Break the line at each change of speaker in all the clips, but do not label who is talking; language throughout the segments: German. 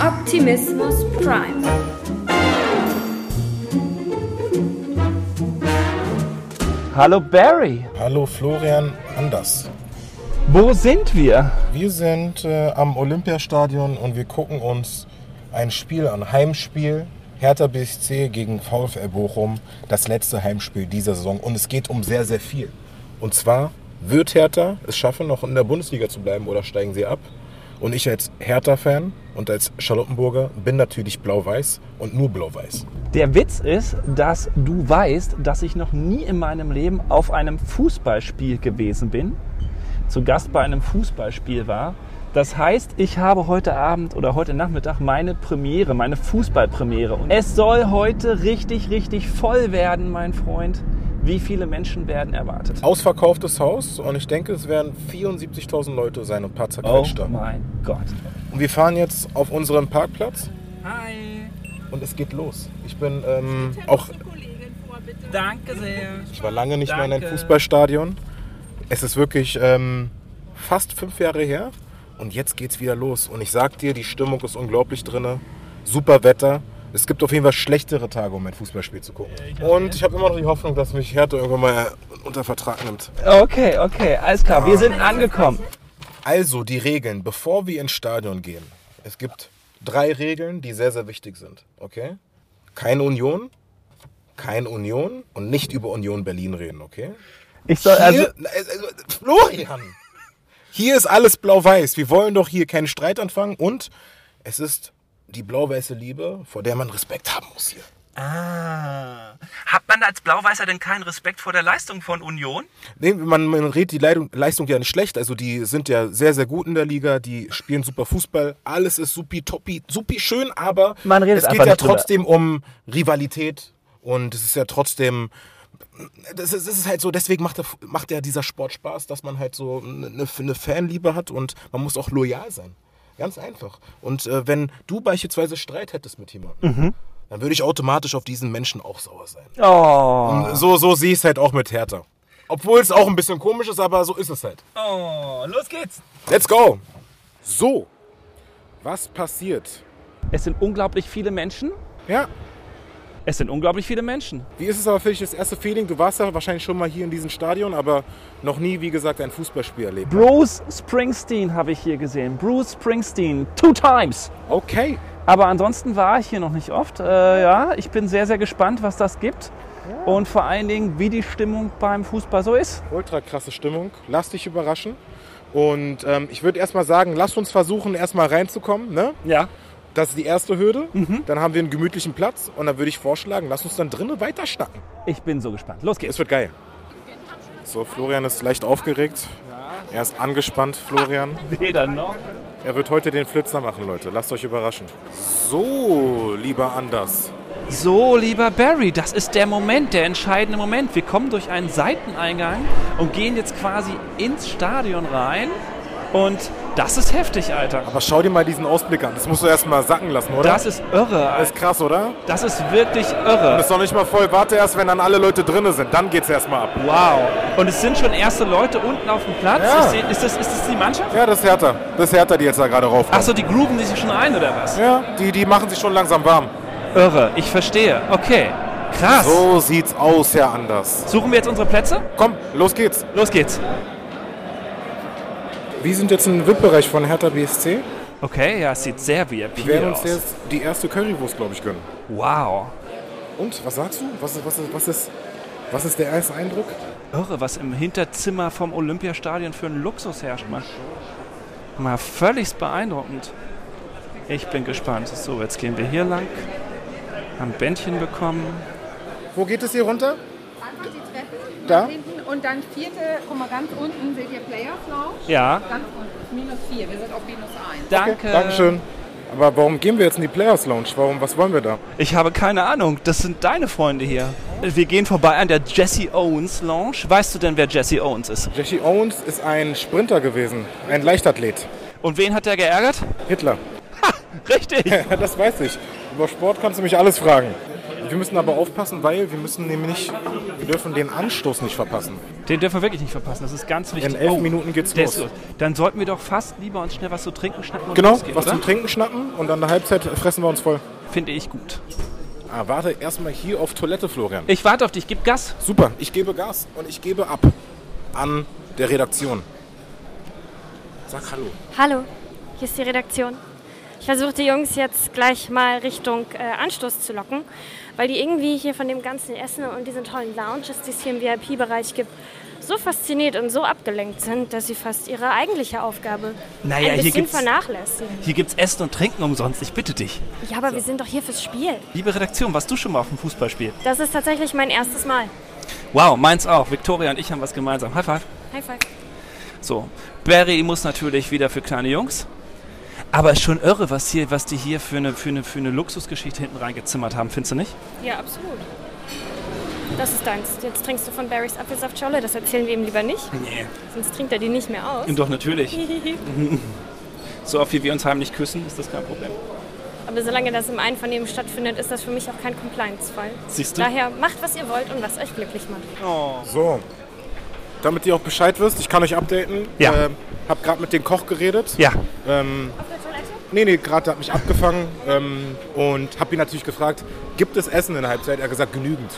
Optimismus Prime.
Hallo Barry,
Hallo Florian Anders.
wo sind wir?
Wir sind äh, am Olympiastadion und wir gucken uns ein Spiel an, Heimspiel. Hertha BSC gegen VfL Bochum, das letzte Heimspiel dieser Saison. Und es geht um sehr, sehr viel. Und zwar wird Hertha es schaffen, noch in der Bundesliga zu bleiben oder steigen sie ab? Und ich als Hertha-Fan und als Charlottenburger bin natürlich blau-weiß und nur blau-weiß.
Der Witz ist, dass du weißt, dass ich noch nie in meinem Leben auf einem Fußballspiel gewesen bin, zu Gast bei einem Fußballspiel war. Das heißt, ich habe heute Abend oder heute Nachmittag meine Premiere, meine Fußballpremiere. Und es soll heute richtig, richtig voll werden, mein Freund. Wie viele Menschen werden erwartet?
Ausverkauftes Haus und ich denke, es werden 74.000 Leute sein und ein paar
Oh
zerquetschte.
mein Gott.
Und wir fahren jetzt auf unserem Parkplatz
Hi,
und es geht los. Ich bin ähm, auch,
danke sehr.
ich war lange nicht mehr in einem
Danke.
Fußballstadion. Es ist wirklich ähm, fast fünf Jahre her und jetzt geht's wieder los. Und ich sag dir, die Stimmung ist unglaublich drinne. Super Wetter. Es gibt auf jeden Fall schlechtere Tage, um ein Fußballspiel zu gucken. Und ich habe immer noch die Hoffnung, dass mich Hertha irgendwann mal unter Vertrag nimmt.
Okay, okay, alles klar. Wir sind angekommen.
Also die Regeln, bevor wir ins Stadion gehen. Es gibt drei Regeln, die sehr, sehr wichtig sind. Okay? Keine Union, kein Union und nicht über Union Berlin reden, okay?
Ich soll also.
Hier, Na, also, Florian! Hier ist alles blau-weiß. Wir wollen doch hier keinen Streit anfangen und es ist die blau-weiße Liebe, vor der man Respekt haben muss hier.
Ah. Hat man als Blauweißer denn keinen Respekt vor der Leistung von Union?
Nee, man, man redet die Leidung, Leistung ja nicht schlecht. Also die sind ja sehr, sehr gut in der Liga. Die spielen super Fußball. Alles ist supi, toppi, supi schön, aber
Man redet
es geht
einfach
ja
nicht drüber.
trotzdem um Rivalität und es ist ja trotzdem... Das ist, das ist halt so, deswegen macht, der, macht ja dieser Sport Spaß, dass man halt so eine, eine Fanliebe hat und man muss auch loyal sein. Ganz einfach. Und äh, wenn du beispielsweise Streit hättest mit jemandem,
Mhm.
dann würde ich automatisch auf diesen Menschen auch sauer sein.
Oh.
So, so sehe ich es halt auch mit Hertha. Obwohl es auch ein bisschen komisch ist, aber so ist es halt.
Oh, los geht's.
Let's go! So, was passiert?
Es sind unglaublich viele Menschen.
Ja,
Es sind unglaublich viele Menschen.
wie ist es aber für dich das erste Feeling? Du warst ja wahrscheinlich schon mal hier in diesem Stadion, aber noch nie, wie gesagt, ein Fußballspiel erlebt.
Bruce Springsteen habe ich hier gesehen. Bruce Springsteen, two times.
Okay,
Aber ansonsten war ich hier noch nicht oft. Äh, ja, ich bin sehr, sehr gespannt, was das gibt. Und vor allen Dingen, wie die Stimmung beim Fußball so ist.
ultra krasse Stimmung. Lass dich überraschen. Und ähm, ich würde erstmal sagen, lass uns versuchen, erstmal reinzukommen. Ne?
Ja.
Das ist die erste Hürde. Dann haben wir einen gemütlichen Platz und dann würde ich vorschlagen, lass uns dann drinnen weiter schnacken.
Ich bin so gespannt. Los geht's.
Es wird geil. So, Florian ist leicht aufgeregt. Er ist angespannt, Florian.
Weder noch.
Er wird heute den Flitzer machen, Leute. Lasst euch überraschen. So, lieber Anders.
So, lieber Barry, das ist der Moment, der entscheidende Moment. Wir kommen durch einen Seiteneingang und gehen jetzt quasi ins Stadion rein. Und das ist heftig, Alter.
Aber schau dir mal diesen Ausblick an. Das musst du erst mal sacken lassen, oder?
Das ist irre,
Das
Alter.
ist krass, oder?
Das ist wirklich irre.
Das ist noch nicht mal voll. Warte erst, wenn dann alle Leute drinne sind. Dann geht's erst mal ab.
Wow. Und es sind schon erste Leute unten auf dem Platz.
Ja.
Ich seh, ist, das, ist das die Mannschaft?
Ja, das ist Hertha. Das ist Hertha, die jetzt da gerade rauf.
Achso, die grooven sich schon ein oder was?
Ja, die, die machen sich schon langsam warm.
Irre, ich verstehe. Okay. Krass.
So sieht's aus, Herr Anders.
Suchen wir jetzt unsere Plätze?
Komm, los geht's.
Los geht's.
Wir sind jetzt im VIP-Bereich von Hertha BSC.
Okay, ja, es sieht sehr
Wir
VIP
werden uns
aus.
jetzt die erste Currywurst, glaube ich, gönnen.
Wow.
Und, was sagst du? Was, ist- was, ist- was, ist, was ist der erste Eindruck?
Irre, was im Hinterzimmer vom Olympiastadion für ein Luxus herrscht, Mann. Mal völlig beeindruckend. Ich bin gespannt. So, jetzt gehen wir hier lang. Haben Bändchen bekommen.
Wo geht es hier runter?
Einfach die Treppen
Da?
nach hinten und dann vierte, guck mal ganz unten, seht ihr Players Lounge?
Ja.
Ganz unten, minus vier, wir sind auf minus eins.
Danke.
Dankeschön. Aber warum gehen wir jetzt in die Players Lounge? Warum, was wollen wir da?
Ich habe keine Ahnung. Das sind deine Freunde hier. Wir gehen vorbei an der Jesse Owens Lounge. Weißt du denn, wer Jesse Owens ist?
Jesse Owens ist ein Sprinter gewesen, ein Leichtathlet.
Und wen hat der geärgert?
Hitler.
Richtig.
das weiß ich. Über Sport kannst du mich alles fragen. Wir müssen aber aufpassen, weil wir müssen nämlich, wir dürfen den Anstoß nicht verpassen.
Den dürfen wir wirklich nicht verpassen, das ist ganz wichtig. Oh,
In elf Minuten geht's
der ist
los.
Dann sollten wir doch fast lieber uns schnell was zu trinken schnappen und
Genau,
losgehen,
was
oder?
zum Trinken schnappen und an der Halbzeit fressen wir uns voll.
Finde ich gut.
Ah, warte erstmal hier auf Toilette, Florian.
Ich warte auf dich, gib Gas.
Super, ich gebe Gas und ich gebe ab an der Redaktion. Sag Hallo.
Hallo, hier ist die Redaktion. Ich versuche die Jungs jetzt gleich mal Richtung äh, Anstoß zu locken, weil die irgendwie hier von dem ganzen Essen und diesen tollen Lounges, die es hier im VIP-Bereich gibt, so fasziniert und so abgelenkt sind, dass sie fast ihre eigentliche Aufgabe
Naja,
ein
hier
bisschen
gibt's-
vernachlässigen.
Hier gibt's Essen und Trinken umsonst, ich bitte dich.
Ja, aber wir sind doch hier fürs Spiel.
Liebe Redaktion, warst du schon mal auf dem Fußballspiel?
Das ist tatsächlich mein erstes Mal.
Wow, meins auch. Victoria und ich haben was gemeinsam. High five.
High five.
So, Barry muss natürlich wieder für kleine Jungs. Aber ist schon irre, was, hier, was die hier für eine, für, eine, für eine Luxusgeschichte hinten reingezimmert haben, findest du nicht?
Ja, absolut. Das ist deins. Jetzt trinkst du von Barrys Apfelsaftschorle. Das erzählen wir ihm lieber nicht,
Nee.
sonst trinkt er die nicht mehr aus.
Doch, natürlich. So oft wie wir uns heimlich küssen, ist das kein Problem.
Aber solange das im Einvernehmen stattfindet, ist das für mich auch kein Compliance-Fall.
Siehst du?
Daher macht, was ihr wollt und was euch glücklich macht.
So, damit ihr auch Bescheid wisst, ich kann euch updaten.
Ja.
Ähm, hab gerade mit dem Koch geredet.
Ja,
Ähm, nee, nee, gerade der hat mich abgefangen ähm, und hab ihn natürlich gefragt, gibt es Essen in der Halbzeit? Er hat gesagt, genügend.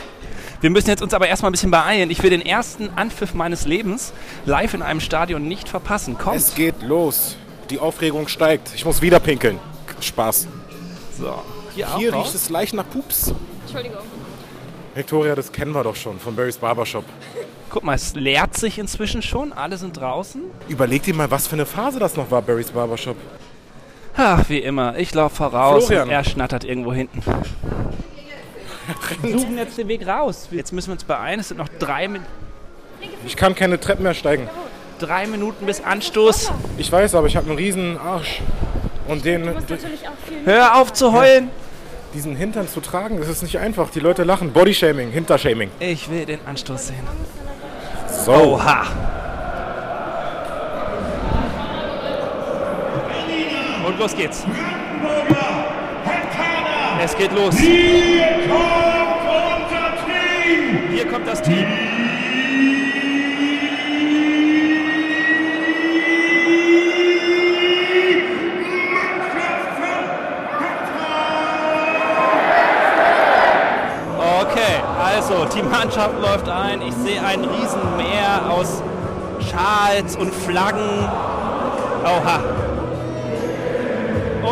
wir müssen jetzt uns aber erstmal ein bisschen beeilen. Ich will den ersten Anpfiff meines Lebens live in einem Stadion nicht verpassen.
Es
Kommt.
geht los. Die Aufregung steigt. Ich muss wieder pinkeln. Spaß.
So.
Hier riecht es leicht nach Pups.
Entschuldigung.
Victoria, das kennen wir doch schon von Barry's Barbershop.
Guck mal, es leert sich inzwischen schon. Alle sind draußen.
Überleg dir mal, was für eine Phase das noch war, Barry's Barbershop.
Ach, wie immer. Ich laufe voraus
Florian.
und er schnattert irgendwo hinten. Wir suchen jetzt den Weg raus. Jetzt müssen wir uns beeilen. Es sind noch drei, Min-
Ich kann keine Treppen mehr steigen.
drei Minuten bis Anstoß.
Ich weiß, aber ich habe einen riesen Arsch. Und den,
Natürlich auch viel.
Hör auf zu heulen.
diesen Hintern zu tragen, das ist nicht einfach. Die Leute lachen. Bodyshaming, Hintershaming.
Ich will den Anstoß sehen.
So.
Oha. Und los geht's. Es geht los. Hier kommt das Team. Okay, also die Mannschaft läuft ein. Ich sehe ein Riesenmeer aus Schals und Flaggen. Oha.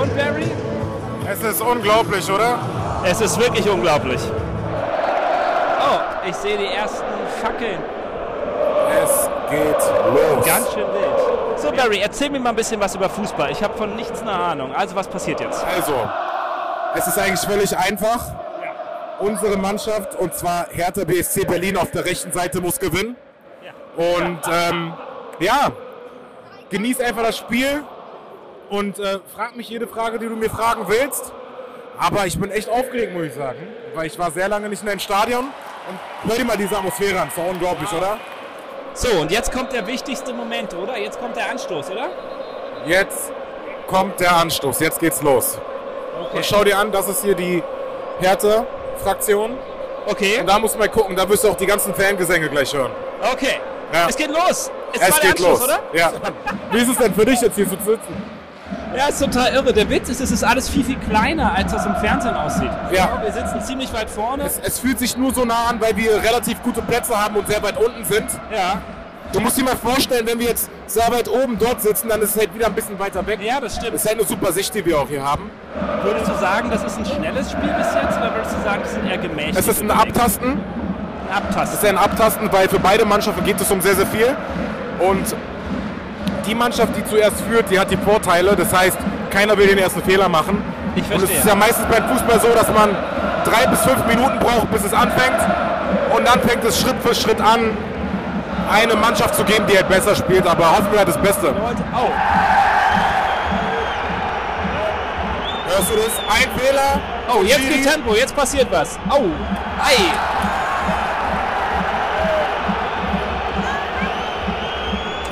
Und Barry?
Es ist unglaublich, oder?
Es ist wirklich unglaublich. Oh, ich sehe die ersten Fackeln.
Es geht los.
Ganz schön wild. So, Barry, erzähl mir mal ein bisschen was über Fußball. Ich habe von nichts eine Ahnung. Also, was passiert jetzt?
Also, es ist eigentlich völlig einfach. Unsere Mannschaft, und zwar Hertha BSC Berlin auf der rechten Seite, muss gewinnen. Und ähm, ja, genieß einfach das Spiel und äh, frag mich jede Frage, die du mir fragen willst. Aber ich bin echt aufgeregt, muss ich sagen, weil ich war sehr lange nicht in einem Stadion. Und hör dir mal diese Atmosphäre an, ist doch unglaublich, oder?
So, und jetzt kommt der wichtigste Moment, oder? Jetzt kommt der Anstoß, oder?
Jetzt kommt der Anstoß, jetzt geht's los. Und schau dir an, das ist hier die Hertha-Fraktion.
Okay,
Und da muss man gucken, da wirst du auch die ganzen Fangesänge gleich hören.
okay.
Ja.
Es geht los. Es, war der Anstoß, oder?
Ja. Wie ist es denn für dich jetzt hier zu sitzen?
Ja, ist total irre. Der Witz ist, es ist alles viel, viel kleiner, als das im Fernsehen aussieht.
Ja.
Wir sitzen ziemlich weit vorne.
Es, es fühlt sich nur so nah an, weil wir relativ gute Plätze haben und sehr weit unten sind.
Ja.
Du musst dir mal vorstellen, wenn wir jetzt sehr weit oben dort sitzen, dann ist es halt wieder ein bisschen weiter weg.
Ja, das stimmt.
Das ist halt eine super Sicht, die wir auch hier haben.
Würdest du sagen, das ist ein schnelles Spiel bis jetzt oder würdest du sagen, das sind eher gemächlich?
Es ist ein Abtasten.
Ein
Es
Abtasten.
ist ein Abtasten, weil für beide Mannschaften geht es um sehr, sehr viel. Und die Mannschaft, die zuerst führt, die hat die Vorteile. Das heißt, keiner will den ersten Fehler machen.
Ich
Und es
verstehe.
ist ja meistens beim Fußball so, dass man drei bis fünf Minuten braucht, bis es anfängt. Und dann fängt es Schritt für Schritt an, eine Mannschaft zu geben, die halt besser spielt. Aber Hoffenheim hat das Beste.
Leute, oh,
Hörst du das? Ein Fehler.
oh, jetzt
Schiri.
geht Tempo, jetzt passiert was. Au, ei.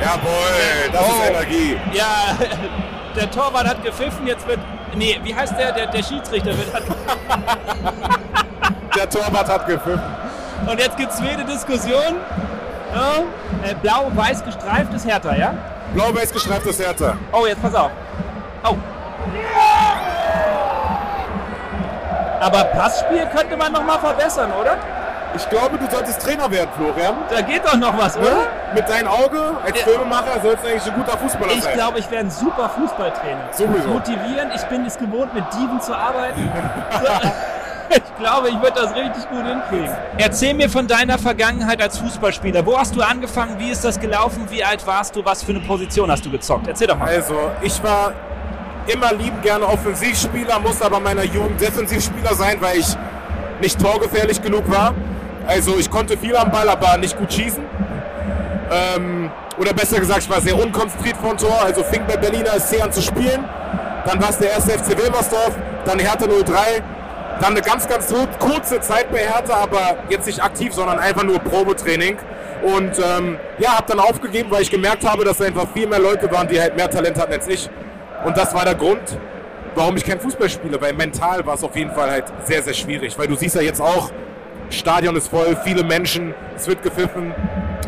Jawohl, das
Oh.
ist Energie.
Ja, der Torwart hat gepfiffen, jetzt wird... Nee, wie heißt der? Der, der Schiedsrichter wird...
Der Torwart hat gepfiffen.
Und jetzt gibt es wilde Diskussion. Ja, äh, Blau, weiß gestreift ist härter, ja?
Blau-Weiß gestreiftes Hertha.
Oh, jetzt pass auf. Oh. Aber Passspiel könnte man nochmal verbessern, oder?
Ich glaube, du solltest Trainer werden, Florian.
Da geht doch noch was,
Ne?
oder?
Mit deinem Auge als Filmemacher sollst du eigentlich ein guter Fußballer
Ich
sein.
glaube, ich wäre ein super Fußballtrainer.
Sowieso.
Motivierend, ich bin es gewohnt, mit Dieven zu arbeiten. So, ich glaube, ich würde das richtig gut hinkriegen. Erzähl mir von deiner Vergangenheit als Fußballspieler. Wo hast du angefangen? Wie ist das gelaufen? Wie alt warst du? Was für eine Position hast du gezockt? Erzähl doch mal.
Also, ich war immer lieb gerne Offensivspieler, musste aber meiner Jugend Defensivspieler sein, weil ich nicht torgefährlich genug war. Also, ich konnte viel am Ball, aber nicht gut schießen. Ähm, oder besser gesagt, ich war sehr unkonzentriert vom Tor, also fing bei Berliner SC an zu spielen. Dann war es der erste FC Wilmersdorf, dann Hertha 03, dann eine ganz, ganz so- kurze Zeit bei Hertha, aber jetzt nicht aktiv, sondern einfach nur Probetraining. Und ähm, ja, habe dann aufgegeben, weil ich gemerkt habe, dass da einfach viel mehr Leute waren, die halt mehr Talent hatten als ich. Und das war der Grund, warum ich kein Fußball spiele, weil mental war es auf jeden Fall halt sehr, sehr schwierig. Weil du siehst ja jetzt auch, Stadion ist voll, viele Menschen, es wird gepfiffen,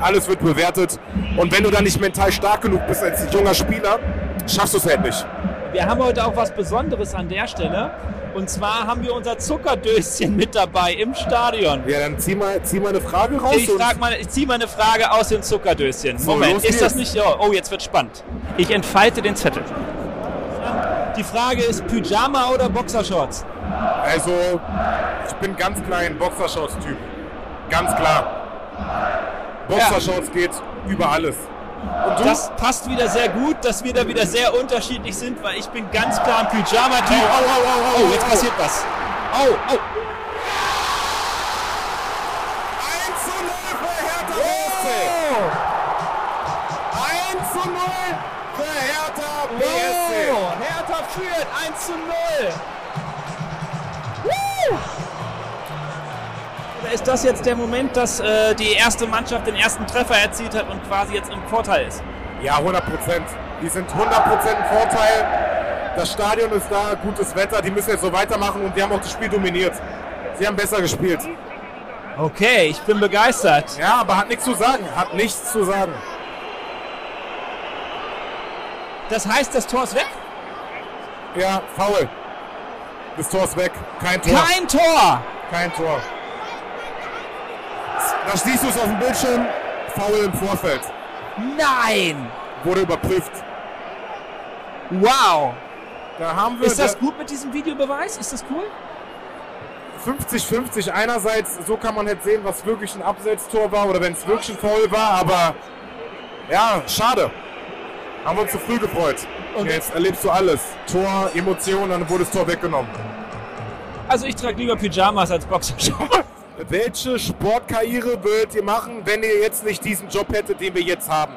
alles wird bewertet. Und wenn du dann nicht mental stark genug bist als junger Spieler, schaffst du es halt nicht.
Wir haben heute auch was Besonderes an der Stelle. Und zwar haben wir unser Zuckerdöschen mit dabei im Stadion.
Ja, dann zieh mal, zieh mal eine Frage raus.
Ich,
und-
frag mal, ich ziehe mal eine Frage aus dem Zuckerdöschen.
So,
Moment,
los
ist das
geht's.
nicht. Oh, oh, jetzt wird spannend. Ich entfalte den Zettel. Die Frage ist: Pyjama oder Boxershorts?
Also, ich bin ganz klar ein Boxershorts-Typ. Ganz klar. Boxershorts geht über alles. Und du?
Das passt wieder sehr gut, dass wir da wieder sehr unterschiedlich sind, weil ich bin ganz klar ein Pyjama-Typ.
Au, au, au, au,
oh, jetzt
au.
passiert was. Oh, oh.
1 zu 0 für Hertha BSC. 1 zu 0 für Hertha BSC.
Hertha führt 1 zu 0. Oder ist das jetzt der Moment, dass äh, die erste Mannschaft den ersten Treffer erzielt hat und quasi jetzt im Vorteil ist?
Ja, 100 Prozent. Die sind 100 Prozent im Vorteil. Das Stadion ist da, gutes Wetter. Die müssen jetzt so weitermachen und die haben auch das Spiel dominiert. Sie haben besser gespielt.
Okay, ich bin begeistert.
Ja, aber hat nichts zu sagen. Hat nichts zu sagen.
Das heißt, das Tor ist weg?
Ja, faul. Das Tor ist weg. Kein Tor.
Kein Tor!
Kein Tor. Da siehst du es auf dem Bildschirm. Foul im Vorfeld.
Nein!
Wurde überprüft.
Wow!
Da haben wir
Ist das gut mit diesem Videobeweis? Ist das cool?
50-50. Einerseits, so kann man halt sehen, was wirklich ein Abseitstor war oder wenn es wirklich ein Foul war, aber ja, schade. Haben wir uns zu früh gefreut. Und jetzt erlebst du alles. Tor, Emotionen, dann wurde das Tor weggenommen.
Also ich trage lieber Pyjamas als Boxershorts.
Welche Sportkarriere würdet ihr machen, wenn ihr jetzt nicht diesen Job hättet, den wir jetzt haben?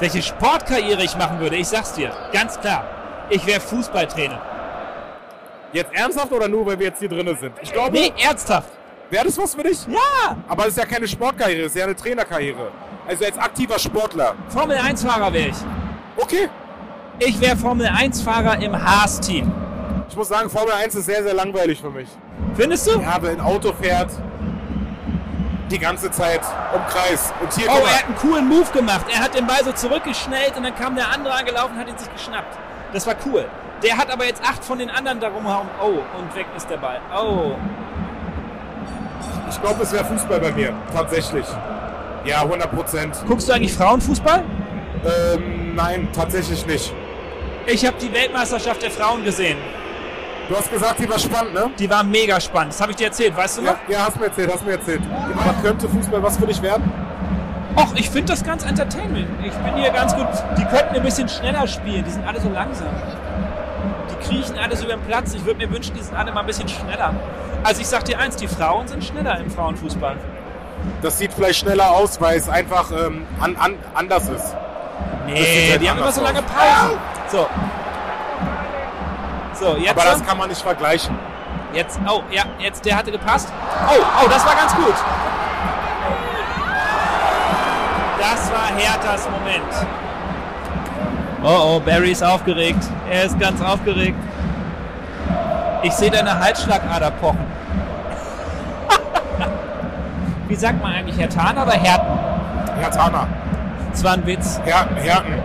welche Sportkarriere ich machen würde, ich sag's dir, ganz klar. Ich wäre Fußballtrainer.
Jetzt ernsthaft oder nur, weil wir jetzt hier drinnen sind? Ich glaube,
Nee, ernsthaft.
wäre das was für dich?
Ja!
Aber es ist ja keine Sportkarriere, es ist ja eine Trainerkarriere. Also als aktiver Sportler.
Formel 1-Fahrer wäre ich.
Okay.
Ich wäre Formel 1-Fahrer im Haas-Team.
Ich muss sagen, Formel 1 ist sehr, sehr langweilig für mich.
Findest du?
Ja, wenn ein Auto fährt, die ganze Zeit im Kreis. Und hier,
Oh,
guck
er
mal,
hat einen coolen Move gemacht. Er hat den Ball so zurückgeschnellt und dann kam der andere angelaufen und hat ihn sich geschnappt. Das war cool. Der hat aber jetzt acht von den anderen darum gehauen. Oh, und weg ist der Ball. Oh.
ich glaube, es wäre Fußball bei mir. Tatsächlich. Ja, 100 Prozent.
Guckst du eigentlich Frauenfußball?
Ähm, nein, tatsächlich nicht.
Ich habe die Weltmeisterschaft der Frauen gesehen.
Du hast gesagt, die war spannend, ne?
Die war mega spannend. Das habe ich dir erzählt, weißt du noch?
Ja, ja, hast mir erzählt, hast mir erzählt. Aber könnte Fußball was für dich werden?
Och, ich finde das ganz entertainment. Ich bin hier ganz gut. Die könnten ein bisschen schneller spielen. Die sind alle so langsam. Die kriechen alles über den Platz. Ich würde mir wünschen, die sind alle mal ein bisschen schneller. Also ich sag dir eins, die Frauen sind schneller im Frauenfußball.
Das sieht vielleicht schneller aus, weil es einfach ähm, an, an, anders ist.
Nee,
halt
die haben immer
anders
so
aus.
lange Pausen. So. So, jetzt.
Aber das kann man nicht vergleichen.
Jetzt, oh, ja, jetzt, der hatte gepasst. Oh, oh, das war ganz gut. Das war Herthas Moment. Oh, oh, Barry ist aufgeregt. Er ist ganz aufgeregt. Ich sehe deine Halsschlagader pochen.
Wie sagt man eigentlich, Herr Tan oder Herten?
Herr Tana.
Das war ein Witz.
Her Herten.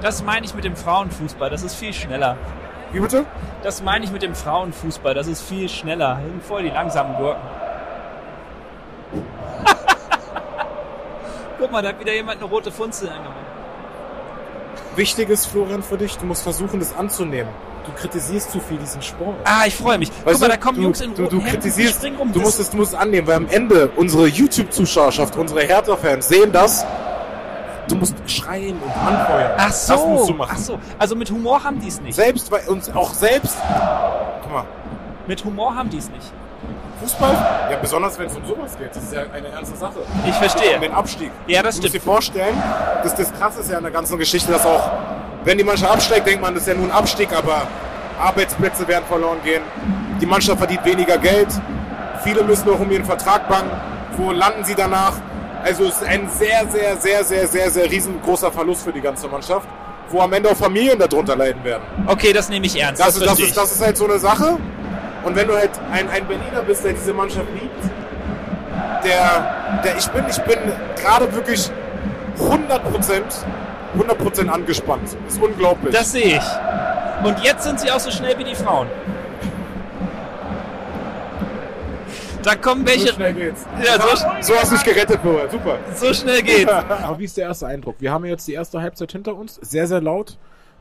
Das meine ich mit dem Frauenfußball, das ist viel schneller.
Wie bitte?
Das meine ich mit dem Frauenfußball, das ist viel schneller. Hin vor die langsamen Gurken. Guck mal, da hat wieder jemand eine rote Funzel angemacht.
Wichtig ist, Florian, für dich, du musst versuchen, das anzunehmen. Du kritisierst zu viel diesen Sport.
Ah, ich freue mich. Guck
Weißt
mal,
du,
da kommen
du,
Jungs in
du,
roten
du
Hemden, die
kritisierst,
springen
um
rum.
Du
Das-
musst, es, du musst es annehmen, weil am Ende unsere YouTube-Zuschauerschaft, unsere Hertha-Fans sehen das. Du musst schreien und anfeuern.
Ach
Das musst du
so,
um machen.
ach so. Also mit Humor haben die es nicht.
Selbst bei uns, auch selbst. Guck mal,
Mit Humor haben die es nicht.
Fußball? Ja, besonders wenn es um sowas geht. Das ist ja eine ernste Sache.
Ich verstehe.
Um den Abstieg.
Ja, das
Du musst dir
stimmt.
vorstellen, dass das krasse ist ja an der ganzen Geschichte, dass auch, wenn die Mannschaft absteigt, denkt man, das ist ja nur ein Abstieg, aber Arbeitsplätze werden verloren gehen. Die Mannschaft verdient weniger Geld. Viele müssen noch um ihren Vertrag bangen. Wo landen sie danach? Also es ist ein sehr, sehr, sehr, sehr, sehr, sehr riesengroßer Verlust für die ganze Mannschaft, wo am Ende auch Familien darunter leiden werden.
Okay, das nehme ich ernst. Das,
Das, das,
verstehe
ist, das ist halt so eine Sache. Und wenn du halt ein, ein Berliner bist, der diese Mannschaft liebt, der, der ich bin, ich bin gerade wirklich 100 Prozent, 100 Prozent angespannt. Ist unglaublich.
ich. Das sehe ich. Und jetzt sind sie auch so schnell wie die Frauen. Da kommen welche.
so schnell geht's.
Ja, so, sch-
So hast du dich gerettet, Robert. Super.
so schnell geht's.
Aber wie ist der erste Eindruck? Wir haben jetzt die erste Halbzeit hinter uns, sehr, sehr laut.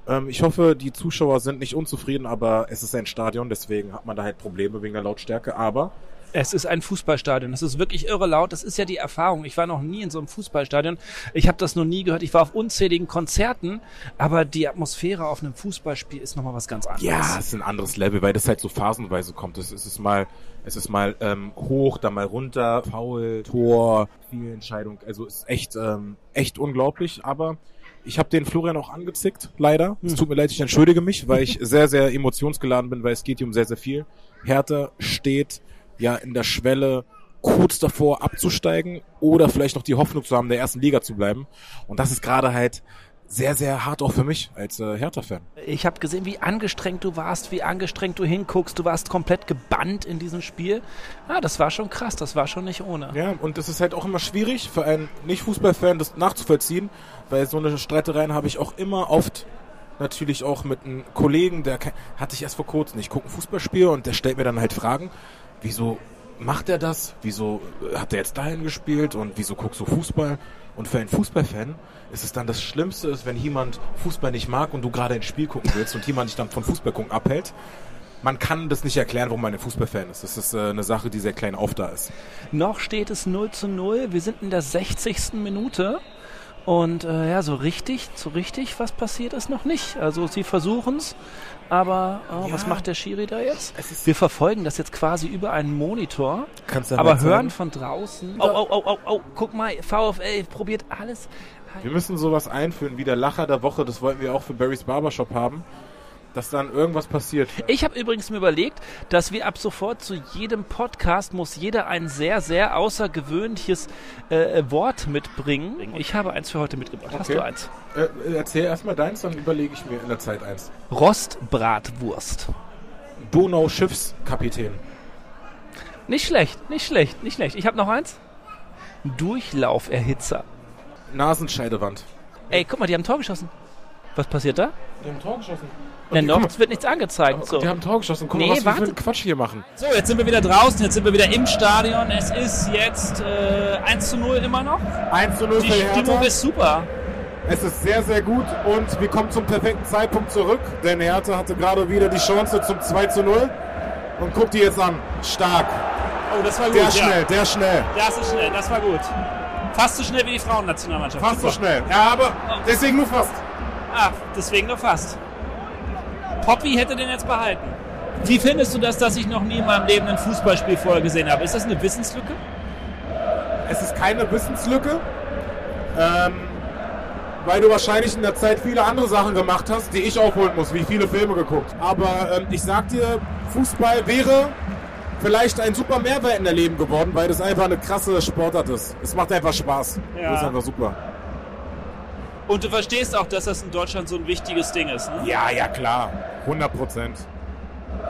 Ähm, ich hoffe, die Zuschauer sind nicht unzufrieden, aber es ist ein Stadion, deswegen hat man da halt Probleme wegen der Lautstärke. Aber
Es ist ein Fußballstadion. Es ist wirklich irre laut. Das ist ja die Erfahrung. Ich war noch nie in so einem Fußballstadion. Ich habe das noch nie gehört. Ich war auf unzähligen Konzerten, aber die Atmosphäre auf einem Fußballspiel ist nochmal was ganz anderes.
Ja, es ist ein anderes Level, weil das halt so phasenweise kommt. Es es ist mal, es ist mal ähm, hoch, dann mal runter, Foul, Tor, viele Entscheidungen. Also es ist echt, ähm, echt unglaublich. Aber ich habe den Florian auch angezickt, leider. Es tut mir leid, ich entschuldige mich, weil ich sehr, sehr emotionsgeladen bin, weil es geht hier um sehr, sehr viel. Hertha steht ja in der Schwelle kurz davor abzusteigen oder vielleicht noch die Hoffnung zu haben, in der ersten Liga zu bleiben. Und das ist gerade halt sehr, sehr hart auch für mich als äh, Hertha-Fan.
Ich habe gesehen, wie angestrengt du warst, wie angestrengt du hinguckst. Du warst komplett gebannt in diesem Spiel. Ah, das war schon krass. Das war schon nicht ohne.
Ja, und es ist halt auch immer schwierig für einen Nicht-Fußball-Fan, das nachzuvollziehen, weil so eine Streitereien habe ich auch immer oft natürlich auch mit einem Kollegen, der ke- hatte ich erst vor kurzem, ich gucke ein Fußballspiel und der stellt mir dann halt Fragen, wieso macht er das, wieso äh, hat er jetzt dahin gespielt und wieso guckst du Fußball? Und für einen Fußballfan ist es dann das Schlimmste, ist, wenn jemand Fußball nicht mag und du gerade ein Spiel gucken willst und jemand dich dann von Fußball gucken abhält. Man kann das nicht erklären, warum man ein Fußballfan ist. Das ist äh, eine Sache, die sehr klein auf da ist.
Noch steht es 0 zu 0. Wir sind in der 60. Minute. Und äh, ja, so richtig, so richtig, was passiert ist noch nicht. Also sie versuchen's, aber äh, was macht der Schiri da jetzt?
Es ist-
Wir verfolgen das jetzt quasi über einen Monitor,
Kannst du
aber
halt sagen.
hören von draußen. Oh, oh, oh, oh, oh, guck mal, VfL probiert alles.
Wir müssen sowas einführen wie der Lacher der Woche. Das wollten wir auch für Barrys Barbershop haben. Dass dann irgendwas passiert.
Ich habe übrigens mir überlegt, dass wir ab sofort zu jedem Podcast muss jeder ein sehr, sehr außergewöhnliches äh, Wort mitbringen. Ich habe eins für heute mitgebracht. Hast
Okay.
du eins?
Äh, erzähl erstmal deins, dann überlege ich mir in der Zeit eins.
Rostbratwurst.
Donau-Schiffskapitän.
Nicht schlecht, nicht schlecht, nicht schlecht. Ich habe noch eins. Durchlauferhitzer.
Nasenscheidewand.
Ey, guck mal, die haben ein Tor geschossen. Was passiert da?
Die haben Tor geschossen.
Na,
die- guck
noch wird nichts angezeigt. So.
Die haben Tor geschossen. Guck
Nee,
mal, was wir für
warte.
einen Quatsch hier machen.
Oh, So, jetzt sind wir wieder draußen, jetzt sind wir wieder im Stadion. Es ist jetzt äh, 1 zu 0 immer noch.
1 zu 0
Die Stimmung ist super.
Es ist sehr, sehr gut und wir kommen zum perfekten Zeitpunkt zurück, denn Hertha hatte gerade wieder die Chance zum 2 zu 0. Und guck die jetzt an. Stark.
Oh, das war gut.
Der
ja.
schnell, der schnell.
Das ist schnell, das war gut. Fast so schnell wie die Frauennationalmannschaft.
Fast so
Super.
schnell. Ja, aber deswegen nur fast.
Ah, deswegen nur fast. Poppy hätte den jetzt behalten. Wie findest du das, dass ich noch nie in meinem Leben ein Fußballspiel vorher gesehen habe? Ist das eine Wissenslücke?
Es ist keine Wissenslücke, ähm, weil du wahrscheinlich in der Zeit viele andere Sachen gemacht hast, die ich aufholen muss, wie viele Filme geguckt. Aber ähm, ich sag dir, Fußball wäre vielleicht ein super Mehrwert in der Leben geworden, weil das einfach eine krasse Sportart ist. Es macht einfach Spaß.
Ja.
Das ist einfach super.
Und du verstehst auch, dass das in Deutschland so ein wichtiges Ding ist. Ne?
Ja, ja, klar. 100 Prozent.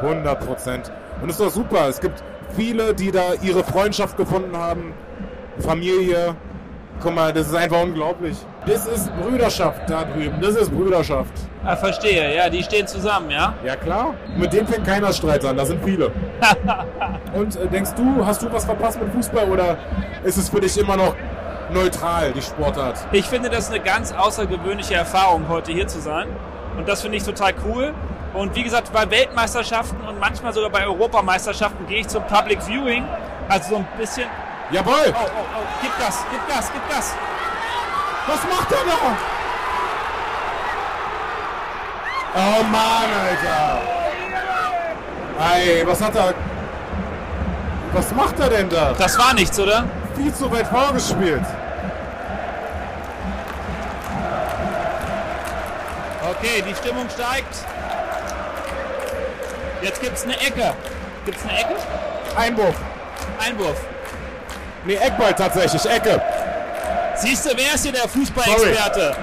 100 Prozent. Und es ist doch super. Es gibt viele, die da ihre Freundschaft gefunden haben, Familie. Guck mal, das ist einfach unglaublich. Das ist Brüderschaft da drüben. Das ist Brüderschaft.
Ah, verstehe, ja, die stehen zusammen, ja?
Ja klar. Mit dem fängt keiner Streit an. Da sind viele. Und äh, denkst du, hast du was verpasst mit Fußball oder ist es für dich immer noch neutral die Sportart?
Ich finde das eine ganz außergewöhnliche Erfahrung, heute hier zu sein. Und das finde ich total cool. Und wie gesagt, bei Weltmeisterschaften und manchmal sogar bei Europameisterschaften gehe ich zum Public Viewing. Also so ein bisschen.
Jawohl.
Oh, oh, oh, gib Gas, gib Gas, gib Gas.
Was macht er da? Oh Mann, Alter! Ey, was hat er? Was macht er denn da?
Das war nichts, oder?
Viel zu weit vorgespielt.
Okay, die Stimmung steigt. Jetzt gibt's eine Ecke. Gibt's eine Ecke?
Einwurf.
Einwurf.
Nee, Eckball tatsächlich, Ecke.
Siehst du, wer ist hier der Fußballexperte?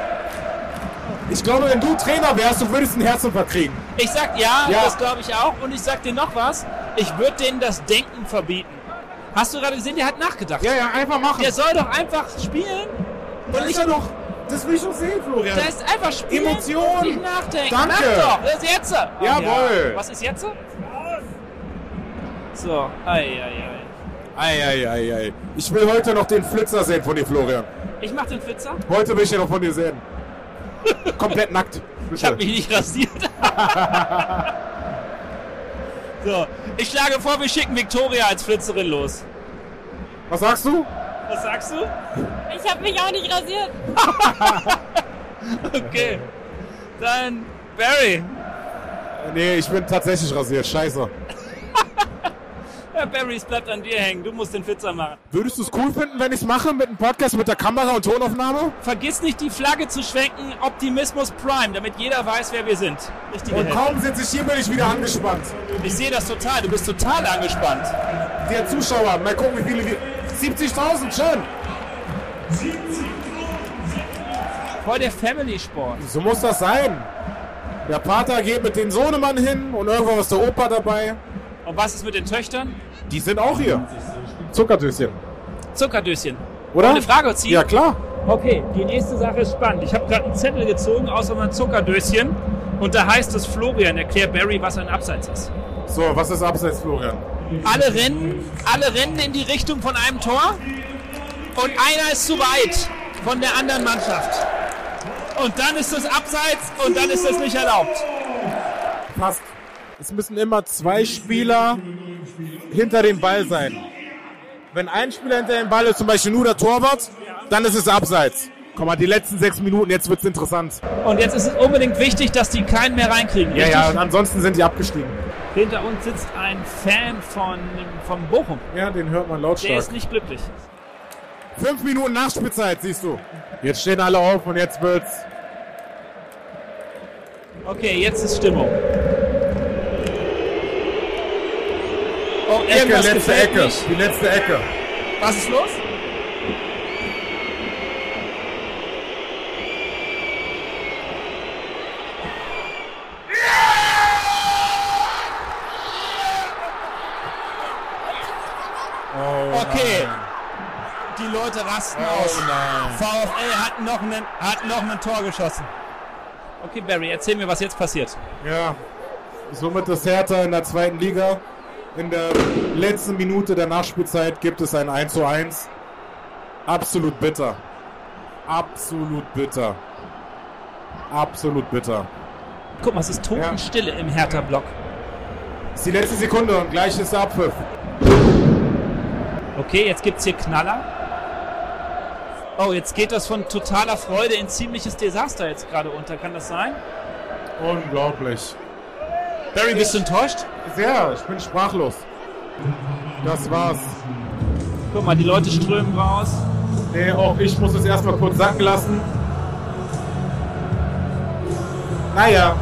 Ich glaube, wenn du Trainer wärst, du würdest einen Herzinfarkt kriegen.
Ich sag ja,
Ja.
das glaube ich auch. Und ich sag dir noch was. Ich würde denen das Denken verbieten. Hast du gerade gesehen, der hat nachgedacht.
Ja, ja, einfach machen.
Der soll doch einfach spielen.
das ist ja noch. Das will ich doch sehen, Florian.
Das ist einfach spielen.
Emotion.
Nicht nachdenken.
Danke.
Mach doch. Das ist jetzt.
Jawohl.
Ja. Was ist jetzt? So. Ei, ei, ei.
Eieiei. Ei, ei, ei. Ich will heute noch den Flitzer sehen von dir, Florian.
Ich mach den Flitzer.
Heute will ich den noch von dir sehen. Komplett nackt. Bitte.
Ich habe mich nicht rasiert. so, ich schlage vor, wir schicken Victoria als Flitzerin los.
Was sagst du?
Was sagst du?
Ich habe mich auch nicht rasiert.
Okay. Dann Barry.
Nee, ich bin tatsächlich rasiert. Scheiße.
Ja, Barry, es bleibt an dir hängen. Du musst den Flitzer machen.
Würdest du es cool finden, wenn ich es mache mit einem Podcast mit der Kamera und Tonaufnahme?
Vergiss nicht, die Flagge zu schwenken. Optimismus Prime, damit jeder weiß, wer wir sind. Richtige
Und
Helden.
kaum sitze ich hier, bin ich wieder angespannt.
Ich sehe das total. Du bist total angespannt.
Der Zuschauer, mal gucken, wie viele wir. 70.000, schön.
Voll der Family-Sport.
So muss das sein. Der Pater geht mit dem Sohnemann hin und irgendwann ist der Opa dabei.
Und was ist mit den Töchtern?
Die sind auch hier. Zuckerdöschen.
Zuckerdöschen.
Oder?
Eine Frage ziehen?
Ja, klar.
Okay, die nächste Sache ist spannend. Ich habe gerade einen Zettel gezogen, außer mein Zuckerdöschen. Und da heißt es, Florian, erklär Barry, was ein Abseits ist.
So, was ist abseits, Florian?
Alle rennen, alle rennen in die Richtung von einem Tor. Und einer ist zu weit von der anderen Mannschaft. Und dann ist das Abseits und dann ist das nicht erlaubt.
Passt. Es müssen immer zwei Spieler hinter dem Ball sein. Wenn ein Spieler hinter dem Ball ist, zum Beispiel nur der Torwart, dann ist es abseits. Komm mal, die letzten sechs Minuten, jetzt wird's interessant.
Und jetzt ist es unbedingt wichtig, dass die keinen mehr reinkriegen.
Ja,
richtig?
ja, und ansonsten sind die abgestiegen.
Hinter uns sitzt ein Fan von, von Bochum.
Ja, den hört man
Der
lautstark.
ist nicht glücklich.
Fünf Minuten Nachspielzeit, siehst du. Jetzt stehen alle auf und jetzt wird's.
Okay, jetzt ist Stimmung. Oh,
Ecke,
irgendwas
letzte
gefällt
Ecke.
nicht.
Die letzte Ecke.
Was ist los?
Oh,
Okay. Die Leute rasten aus. VfL hat noch, einen, hat noch ein Tor geschossen. Okay, Barry, erzähl mir, was jetzt passiert.
Ja, somit ist Hertha in der zweiten Liga. In der letzten Minute der Nachspielzeit gibt es ein 1 zu 1. Absolut bitter. Absolut bitter. Absolut bitter.
Guck mal, es ist Totenstille im Hertha-Block.
Ist die letzte Sekunde und gleich ist der Abpfiff.
Okay, jetzt gibt's hier Knaller. Oh, jetzt geht das von totaler Freude in ziemliches Desaster jetzt gerade unter. Kann das sein?
Unglaublich.
Barry, bist du enttäuscht?
Sehr, ich bin sprachlos. Das war's.
Guck mal, die Leute strömen raus.
Nee, auch ich muss es erstmal kurz sacken lassen. Naja.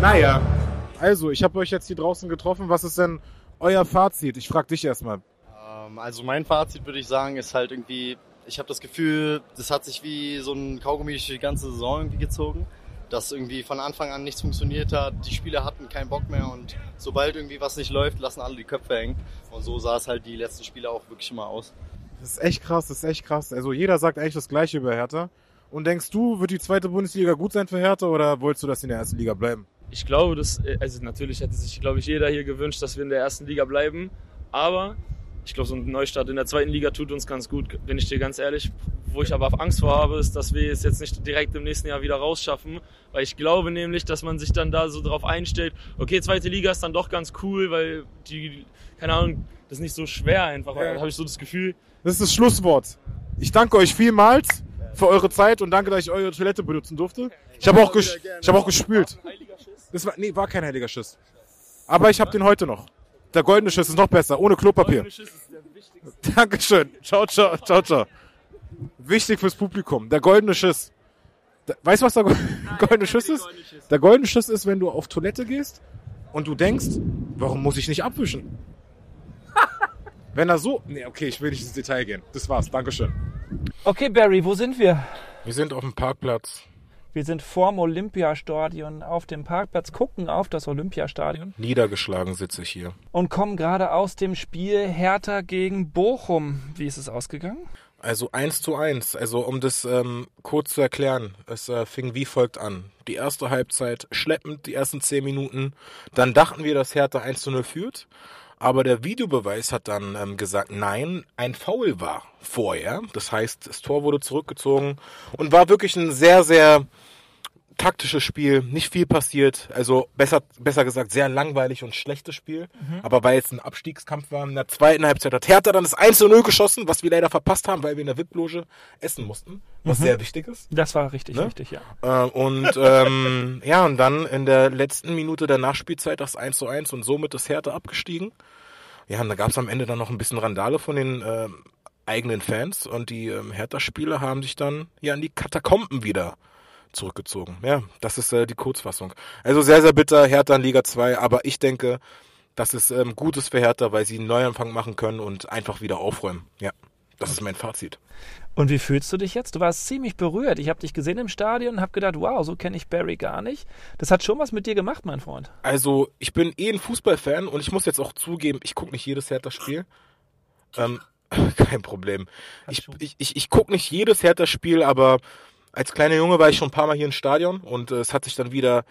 Naja. Also, ich habe euch jetzt hier draußen getroffen. Was ist denn euer Fazit? Ich frage dich erstmal.
Ähm, Also mein Fazit würde ich sagen, ist halt irgendwie, ich habe das Gefühl, das hat sich wie so ein Kaugummi durch die ganze Saison irgendwie gezogen. dass irgendwie von Anfang an nichts funktioniert hat. Die Spieler hatten keinen Bock mehr und sobald irgendwie was nicht läuft, lassen alle die Köpfe hängen. Und so sah es halt die letzten Spiele auch wirklich immer aus.
Das ist echt krass, das ist echt krass. Also jeder sagt eigentlich das Gleiche über Hertha. Und denkst du, wird die zweite Bundesliga gut sein für Hertha oder wolltest du, dass sie in der ersten Liga bleiben?
Ich glaube, dass, also natürlich hätte sich, glaube ich, jeder hier gewünscht, dass wir in der ersten Liga bleiben. Aber ich glaube, so ein Neustart in der zweiten Liga tut uns ganz gut, bin ich dir ganz ehrlich. Wo ich aber Angst vor habe, ist, dass wir es jetzt nicht direkt im nächsten Jahr wieder rausschaffen. Weil ich glaube nämlich, dass man sich dann da so drauf einstellt, okay, zweite Liga ist dann doch ganz cool, weil die, keine Ahnung, das ist nicht so schwer einfach.
Ja.
Da habe ich so das Gefühl,
Das ist das Schlusswort. Ich danke euch vielmals für eure Zeit und danke, dass ich eure Toilette benutzen durfte. Ich habe auch, ges ich hab auch gespült. Das war, nee, war kein heiliger Schiss. Aber ich habe den heute noch. Der goldene Schiss ist noch besser, ohne Klopapier. Dankeschön. Ciao, ciao, ciao, ciao. Wichtig fürs Publikum. Der goldene Schiss. Da, weißt du, was der go goldene Schiss ist? Der goldene Schiss ist, wenn du auf Toilette gehst und du denkst, warum muss ich nicht abwischen? Wenn er so. Nee, okay, ich will nicht ins Detail gehen. Das war's. Dankeschön.
Okay, Barry, wo sind wir?
Wir sind auf dem Parkplatz.
Wir sind vorm Olympiastadion auf dem Parkplatz, gucken auf das Olympiastadion
Niedergeschlagen sitze ich hier.
und kommen gerade aus dem Spiel Hertha gegen Bochum. Wie ist es ausgegangen?
Also eins zu eins. Also um das ähm, kurz zu erklären, es äh, fing wie folgt an. Die erste Halbzeit schleppend, die ersten zehn Minuten. Dann dachten wir, dass Hertha 1 zu 0 führt. Aber der Videobeweis hat dann ähm, gesagt, nein, ein Foul war vorher. Das heißt, das Tor wurde zurückgezogen und war wirklich ein sehr, sehr taktisches Spiel, nicht viel passiert. Also besser, besser gesagt, sehr langweilig und schlechtes Spiel. Aber weil es ein Abstiegskampf war, in der zweiten Halbzeit hat Hertha dann das 1 zu 0 geschossen, was wir leider verpasst haben, weil wir in der VIP-Loge essen mussten, was sehr wichtig ist.
Das war richtig,
Ne?
richtig, ja.
Äh, und ähm, ja, und dann in der letzten Minute der Nachspielzeit das 1 zu 1 und somit ist Hertha abgestiegen. Ja, und da gab es am Ende dann noch ein bisschen Randale von den ähm, eigenen Fans und die ähm, Hertha-Spieler haben sich dann ja in die Katakomben wieder zurückgezogen. Ja, das ist äh, die Kurzfassung. Also sehr, sehr bitter, Hertha in Liga 2, aber ich denke, das ist ähm, Gutes für Hertha, weil sie einen Neuanfang machen können und einfach wieder aufräumen. Ja, das ist mein Fazit.
Und wie fühlst du dich jetzt? Du warst ziemlich berührt. Ich habe dich gesehen im Stadion und habe gedacht, wow, so kenne ich Barry gar nicht. Das hat schon was mit dir gemacht, mein Freund.
Also, ich bin eh ein Fußballfan und ich muss jetzt auch zugeben, ich gucke nicht jedes Hertha-Spiel. Ähm, kein Problem. Ich, ich, ich, ich gucke nicht jedes Hertha-Spiel, aber als kleiner Junge war ich schon ein paar Mal hier im Stadion und äh, es hat sich dann wieder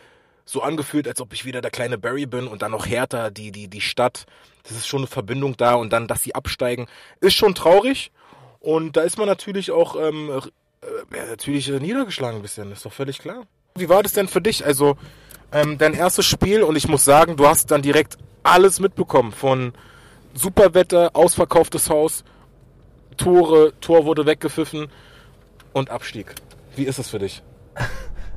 so angefühlt, als ob ich wieder der kleine Barry bin und dann noch Hertha, die, die, die Stadt. Das ist schon eine Verbindung da und dann, dass sie absteigen, ist schon traurig. Und da ist man natürlich auch ähm, äh, ja, natürlich äh, niedergeschlagen ein bisschen, ist doch völlig klar. Wie war das denn für dich? Also, ähm, dein erstes Spiel und ich muss sagen, du hast dann direkt alles mitbekommen von Superwetter, ausverkauftes Haus, Tore, Tor wurde weggepfiffen und Abstieg. Wie ist es für dich?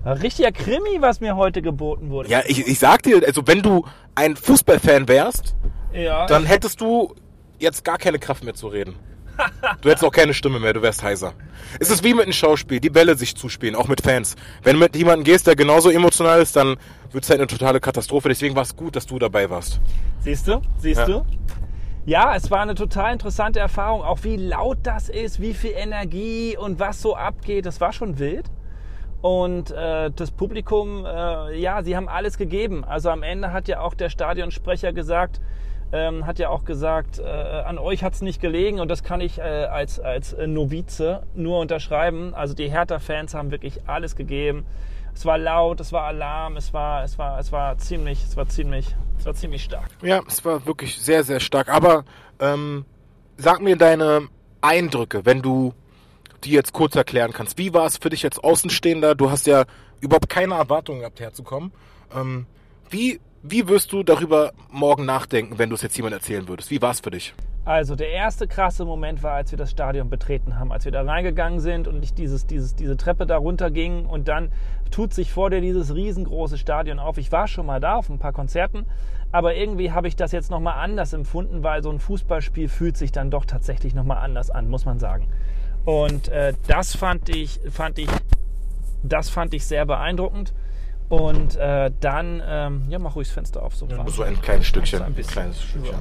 Ein richtiger Krimi, was mir heute geboten wurde.
Ja, ich, ich sag dir, also wenn du ein Fußballfan wärst,
ja.
dann hättest du jetzt gar keine Kraft mehr zu reden. Du hättest auch keine Stimme mehr, du wärst heiser. Es ist wie mit einem Schauspiel, die Bälle sich zuspielen, auch mit Fans. Wenn du mit jemandem gehst, der genauso emotional ist, dann wird es halt eine totale Katastrophe. Deswegen war es gut, dass du dabei warst.
Siehst du? Siehst
Ja.
du? Ja, es war eine total interessante Erfahrung. Auch wie laut das ist, wie viel Energie und was so abgeht. Das war schon wild. Und äh, das Publikum, äh, ja, sie haben alles gegeben. Also am Ende hat ja auch der Stadionsprecher gesagt, ähm, hat ja auch gesagt, äh, an euch hat's nicht gelegen und das kann ich äh, als, als äh, Novize nur unterschreiben. Also die Hertha-Fans haben wirklich alles gegeben. Es war laut, es war Alarm, es war, es war, es war ziemlich, es war ziemlich, es war ziemlich stark.
Ja, es war wirklich sehr, sehr stark. Aber ähm, sag mir deine Eindrücke, wenn du die jetzt kurz erklären kannst. Wie war es für dich als Außenstehender? Du hast ja überhaupt keine Erwartungen gehabt, herzukommen. Ähm, wie, wie wirst du darüber morgen nachdenken, wenn du es jetzt jemandem erzählen würdest? Wie war es für dich?
Also der erste krasse Moment war, als wir das Stadion betreten haben, als wir da reingegangen sind und ich dieses, dieses, diese Treppe da runter ging und dann tut sich vor dir dieses riesengroße Stadion auf. Ich war schon mal da auf ein paar Konzerten, aber irgendwie habe ich das jetzt nochmal anders empfunden, weil so ein Fußballspiel fühlt sich dann doch tatsächlich nochmal anders an, muss man sagen. Und äh, das fand ich, fand ich, das fand ich sehr beeindruckend. Und äh, dann, ähm, ja, mach ruhig das Fenster auf, so, warm.
So ein kleines Stückchen.
So ein bisschen.
kleines Stückchen.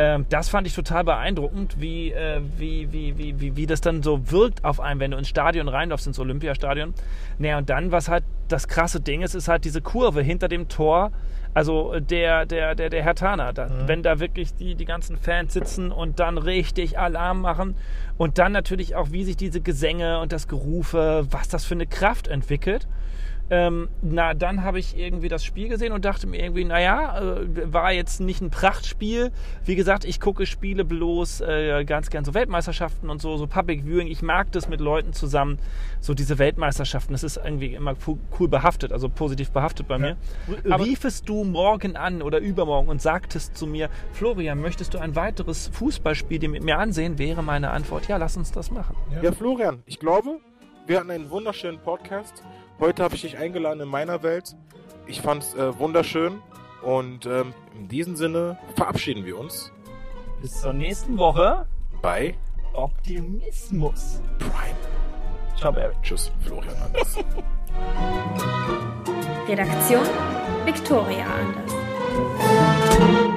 Ähm, das fand ich total beeindruckend, wie, äh, wie, wie, wie, wie, wie das dann so wirkt auf einen, wenn du ins Stadion reinläufst, ins Olympiastadion. Naja, und dann, was halt das krasse Ding ist, ist halt diese Kurve hinter dem Tor, also der, der, der, der Hertaner. Da, Wenn da wirklich die, die ganzen Fans sitzen und dann richtig Alarm machen und dann natürlich auch, wie sich diese Gesänge und das Gerufe, was das für eine Kraft entwickelt. Ähm, na, dann habe ich irgendwie das Spiel gesehen und dachte mir irgendwie, naja, äh, war jetzt nicht ein Prachtspiel. Wie gesagt, ich gucke Spiele bloß äh, ganz gern so Weltmeisterschaften und so, so Public Viewing. Ich mag das mit Leuten zusammen, so diese Weltmeisterschaften. Das ist irgendwie immer pu- cool behaftet, also positiv behaftet bei mir. Aber Äh, riefest du morgen an oder übermorgen und sagtest zu mir, Florian, möchtest du ein weiteres Fußballspiel dir mit mir ansehen? Wäre meine Antwort, ja, lass uns das machen.
Ja, Florian, ich glaube, wir hatten einen wunderschönen Podcast. Heute habe ich dich eingeladen in meiner Welt. Ich fand es äh, wunderschön. Und ähm, in diesem Sinne verabschieden wir uns
Bis zur nächsten Woche.
bei
Optimismus.
Prime.
Ciao, Barry.
Tschüss, Florian Anders.
Redaktion Victoria Anders.